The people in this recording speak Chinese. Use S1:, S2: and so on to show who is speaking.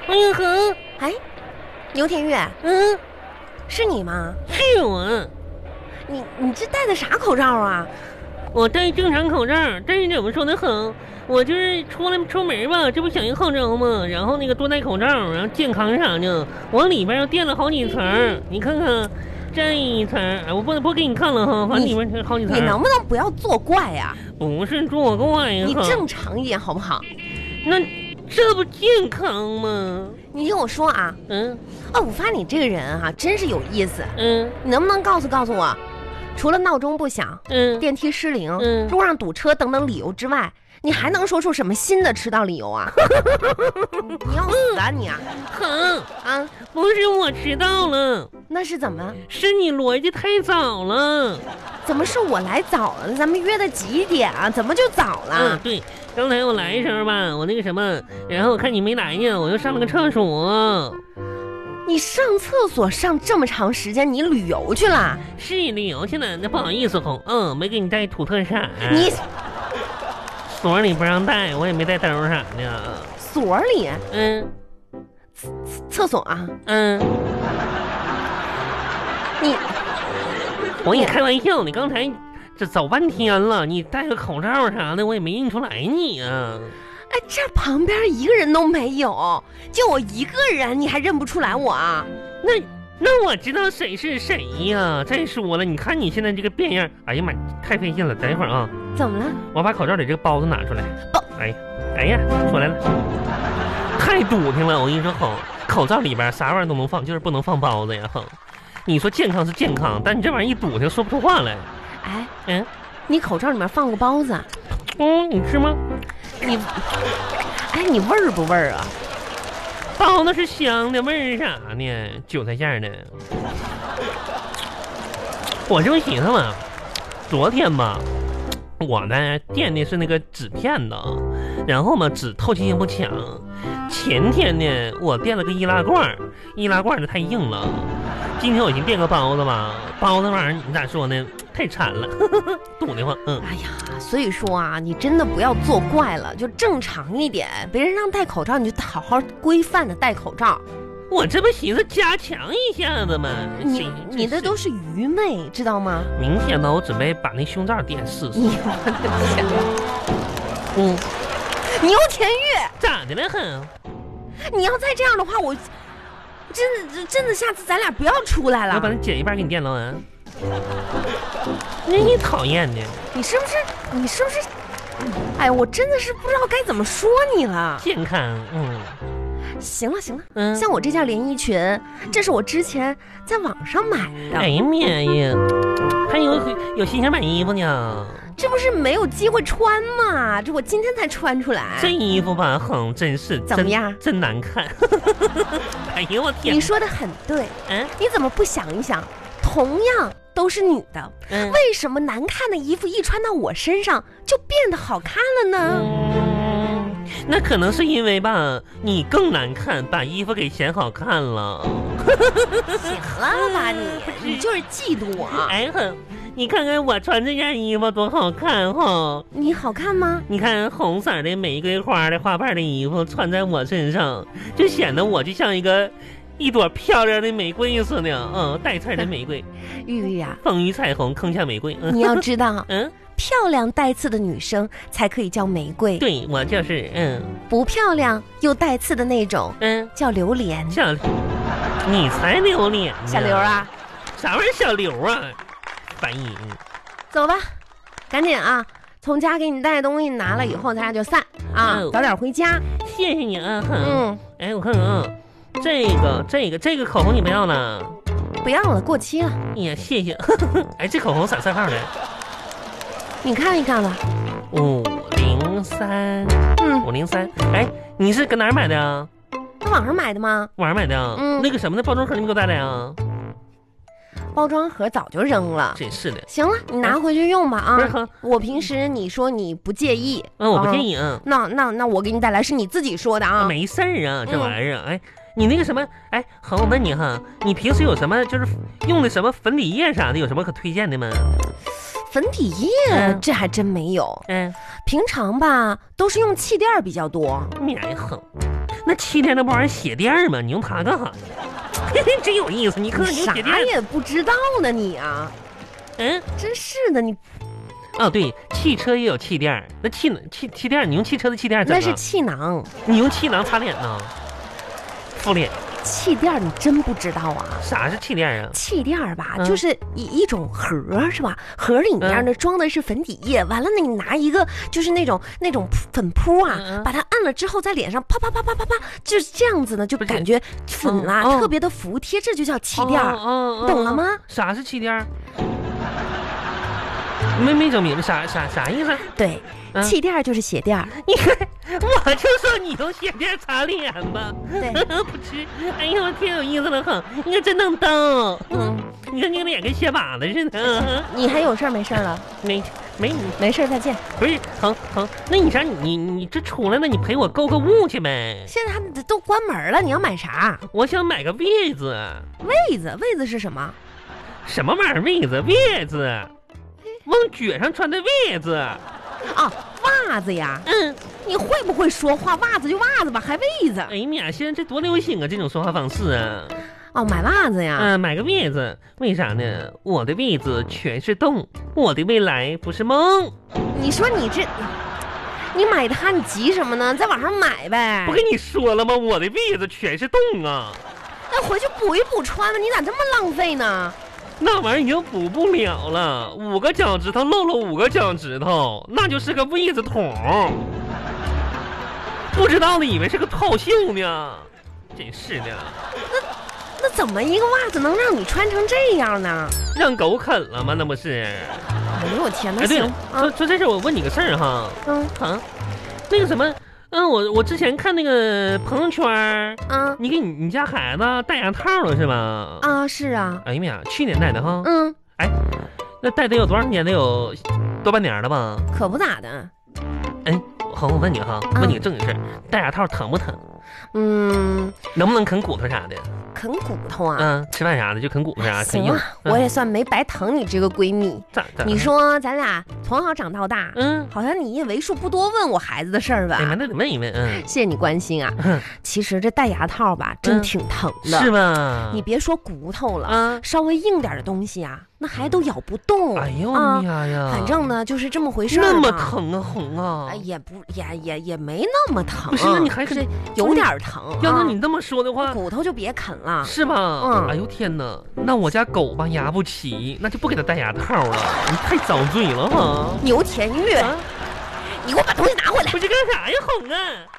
S1: 哎
S2: 哎，牛天玉，
S1: 嗯，
S2: 是你吗？
S1: 是我，
S2: 你你这戴的啥口罩啊？
S1: 我戴正常口罩，但是怎么说呢，哼，我就是出来出门吧，这不小心号召嘛，然后那个多戴口罩，然后健康啥的，往里边又垫了好几层儿，你看看。这一层，哎，我不不给你看了哈，反正里面好几层。
S2: 你能不能不要作怪呀、
S1: 不是做怪呀？
S2: 你
S1: 哈
S2: 正常一点好不好？
S1: 那这不健康吗？
S2: 你听我说啊，
S1: 嗯
S2: 哦，我发现你这个人哈、真是有意思。
S1: 嗯
S2: 你能不能告诉告诉我，除了闹钟不响、
S1: 嗯，
S2: 电梯失灵、
S1: 嗯
S2: 路上堵车等等理由之外，你还能说出什么新的迟到理 由啊？你你要死啊你啊！
S1: 哼，
S2: 啊，
S1: 不是我迟到了，
S2: 那是怎么？
S1: 是你逻辑太早了。
S2: 怎么是我来早了？咱们约的几点啊？怎么就早
S1: 嗯
S2: 了，？
S1: 对，刚才我来的时候吧，我那个什么，然后我看你没来呢，我又上了个厕所。
S2: 你上厕所上这么长时间，你旅游去了？
S1: 是旅游去了，那不好意思红，嗯，没给你带土特产。
S2: 你
S1: 所里不让带，我也没带兜啥的。
S2: 所里
S1: 嗯
S2: 厕所啊？
S1: 嗯，
S2: 你
S1: 我跟你开玩笑，你刚才这走半天了，你戴个口罩啥的，我也没认出来你啊。
S2: 哎，这旁边一个人都没有，就我一个人，你还认不出来我啊？
S1: 那那我知道谁是谁呀、再说了，你看你现在这个变样，哎呀妈，太费劲了。等一会儿啊，
S2: 怎么了？
S1: 我把口罩里这个包子拿出来
S2: 包。
S1: 哎呀，哎呀，出来了，太堵挺了。我跟你说，吼，口罩里边啥玩意儿都能放，就是不能放包子呀。吼，你说健康是健康，但你这玩意儿一堵挺，说不出话来。
S2: 哎，
S1: 嗯
S2: 你口罩里面放过包子，
S1: 嗯，你吃吗？
S2: 你，哎，你味儿不味儿啊？
S1: 包子是香的，味儿啥呢？韭菜馅儿的。 我这不寻思嘛，昨天吧，我呢垫的是那个纸片子，啊然后嘛纸透气性不强。前天呢，我垫了个易拉罐儿，易拉罐儿这太硬了。今天我寻思垫个包子吧，包子玩意儿你咋说呢？太馋了， 堵得慌。嗯，
S2: 哎呀，所以说啊，你真的不要作怪了，就正常一点。别人让戴口罩，你就好好规范的戴口罩。
S1: 我这不寻思加强一下子嘛。
S2: 你
S1: 谁
S2: 你的都是愚昧，知道吗？
S1: 明天呢，我准备把那胸罩垫试试。
S2: 你我的天哪，
S1: 嗯，
S2: 牛田玉，
S1: 咋的了哼？
S2: 你要再这样的话，我真的真的下次咱俩不要出来
S1: 我把
S2: 了。
S1: 它剪一半给你垫了啊！那你讨厌的，
S2: 你是不是你是不是？哎，我真的是不知道该怎么说你了。
S1: 健康，嗯
S2: 行了行了。
S1: 嗯。
S2: 像我这件连衣裙，这是我之前在网上买
S1: 哎
S2: 的，
S1: 呀妈呀，还有有心情买衣服呢。
S2: 这不是没有机会穿吗？这我今天才穿出来
S1: 这。衣服吧，哼，真是
S2: 哎怎么
S1: 真
S2: 样
S1: 真难看。 哎呦我天
S2: 你！说的很对，
S1: 嗯
S2: 你怎么不想一想？同样都是女的，
S1: 嗯
S2: 为什么难看的衣服一穿到我身上就变得好看了呢？
S1: 嗯，那可能是因为吧，你更难看，把衣服给显好看了。
S2: 行了吧你，你就是嫉妒我。
S1: 哎哼，你看看我穿这件衣服多好看哈、
S2: 你好看吗？
S1: 你看红色的玫瑰花的花瓣的衣服穿在我身上，就显得我就像一个一朵漂亮的玫瑰似的，嗯，带刺儿的玫瑰，
S2: 玉玉 啊，
S1: 风雨彩虹，铿锵玫瑰。嗯，
S2: 你要知道
S1: 嗯，
S2: 漂亮带刺的女生才可以叫玫瑰，
S1: 对我就是，嗯
S2: 不漂亮又带刺的那种
S1: 嗯，
S2: 叫榴莲。
S1: 小，你才榴莲呢，
S2: 小刘啊，
S1: 啥玩意儿小刘啊？翻译，嗯
S2: 走吧，赶紧啊，从家给你带东西拿了以后，咱俩就散啊
S1: 哦，
S2: 早点回家。
S1: 谢谢你啊，哼，
S2: 嗯，
S1: 哎，我看看啊，这个这个这个口红你不要了。
S2: 不要了，过期了，
S1: 哎呀，谢 谢！哎，这口红啥色号的？
S2: 你看一看吧。
S1: 五零三。
S2: 嗯，
S1: 五零三。哎，你是搁哪儿买的啊？
S2: 在网上买的吗？
S1: 网上买的啊？
S2: 嗯
S1: 那个什么的包装盒你没给我带来啊？
S2: 包装盒早就扔了。
S1: 真是的，
S2: 行了，你拿回去用吧
S1: 不是
S2: 啊。
S1: 哼，
S2: 我平时你说你不介意，
S1: 嗯，我不介
S2: 啊。
S1: 意啊，
S2: 那那那我给你带来是你自己说的啊。
S1: 没事儿啊，这玩意儿啊，哎。你那个什么，哎，恒，我问你哈，你平时有什么就是用的什么粉底液啥的，有什么可推荐的吗？
S2: 粉底液、
S1: 嗯
S2: 这还真没有，
S1: 嗯，
S2: 平常吧都是用气垫儿比较多。
S1: 哎呀，恒，那七天那不玩意儿血垫儿吗？你用它干啥？嘿嘿， 真有意思，你看
S2: 你
S1: 看你用
S2: 啥
S1: 血垫儿，
S2: 也不知道呢你啊！
S1: 嗯，
S2: 真是的，你
S1: 哦对，汽车也有气垫儿，那气气气垫儿，你用汽车的气垫儿怎么？
S2: 那是气囊、
S1: 你用气囊擦脸呢？敷脸？
S2: 气垫儿，你真不知道啊！
S1: 啥是气垫儿啊？
S2: 气垫儿吧，
S1: 嗯
S2: 就是一一种盒儿是吧？盒儿里面呢装的是粉底液，完了呢，你拿一个就是那种那种粉扑
S1: 嗯
S2: 啊，
S1: 嗯
S2: 把它按了之后，在脸上啪啪啪啪啪啪，就是这样子呢，就
S1: 不是
S2: 感觉粉啦
S1: 嗯嗯
S2: 特别的服帖，这就叫气垫儿。
S1: 哦
S2: 懂了吗？
S1: 啥是气垫儿？没没整明白啥啥啥意思？
S2: 对
S1: 嗯，
S2: 气垫儿就是鞋垫儿。
S1: 你看，我就说你用鞋垫擦脸吧。
S2: 对
S1: 不吃。哎呦，挺有意思的很，你可真能逗。嗯，你看你个脸跟鞋靶子似的。
S2: 你还有事儿没事儿了？
S1: 没没你，
S2: 没事儿再见。
S1: 不是恒恒，那你啥你你你这出来了，你陪我购个物去呗。
S2: 现在他们都关门了，你要买啥？
S1: 我想买个被子，
S2: 被子，被子是什么？
S1: 什么玩意儿被子？被子，往撅上穿的被子。
S2: 啊，袜子呀！
S1: 嗯，
S2: 你会不会说话？袜子就袜子吧，还被子？
S1: 哎呀妈呀，现在这多流行啊，这种说话方式啊。
S2: 哦，买袜子呀！
S1: 嗯、买个被子，为啥呢？我的被子全是洞，我的未来不是梦。
S2: 你说你这，你买它你急什么呢？在网上买呗
S1: 不，跟你说了吗？我的被子全是洞啊，
S2: 那回去补一补穿吧。你咋这么浪费呢？
S1: 那玩意儿已经补不了了，五个脚趾头露了五个脚趾头，那就是个被子桶。不知道的以为是个套袖呢，真是的，
S2: 那怎么一个袜子能让你穿成这样呢？
S1: 让狗啃了吗？那不是。
S2: 哎呦我天，
S1: 哎，
S2: 那
S1: 对
S2: 行
S1: 了，
S2: 啊
S1: 说，说这事儿，我问你个事儿哈，
S2: 嗯
S1: 啊，那个什么，嗯，我我之前看那个朋友圈儿，
S2: 啊
S1: 你给你你家孩子戴牙套了是吧？
S2: 啊，是啊，
S1: 哎呀妈呀，去年戴的哈。
S2: 嗯，
S1: 那戴得有多少年？得有多半年了吧？
S2: 可不咋的，
S1: 好，我问你哈，
S2: 嗯
S1: 问你个正经事儿，戴牙套疼不疼？
S2: 嗯，
S1: 能不能啃骨头啥的？
S2: 啃骨头啊。
S1: 嗯，吃饭啥的就啃骨头啥，啃
S2: 行
S1: 硬
S2: 啊。，
S1: 嗯
S2: 我也算没白疼你这个闺蜜。
S1: 咋咋？
S2: 你，说咱俩从小长到大，
S1: 嗯，
S2: 好像你也为数不多问我孩子的事儿吧
S1: 哎？妈，那得问一问， 嗯，
S2: 谢谢你关心啊
S1: 嗯。
S2: 其实这戴牙套吧，真
S1: 嗯
S2: 挺疼的。
S1: 是吗？
S2: 你别说骨头了，
S1: 啊，
S2: 稍微硬点儿的东西啊，那还都咬不动。
S1: 哎呦
S2: 啊
S1: 妈呀！
S2: 反正呢，就是这么回事儿。
S1: 那么，疼啊，红啊
S2: 哎，！也不也也也没那么疼。
S1: 不是啊那你还
S2: 是
S1: 是
S2: 有点儿疼啊。
S1: 要是你这么说的话，
S2: 骨头就别啃了。
S1: 是吧？
S2: 嗯
S1: 哎呦天哪，那我家狗吧牙不齐，那就不给它戴牙套了。你太遭罪了哈！
S2: 牛田玉，
S1: 啊，
S2: 你给我把东西拿回来。
S1: 我这干啥呀，红啊？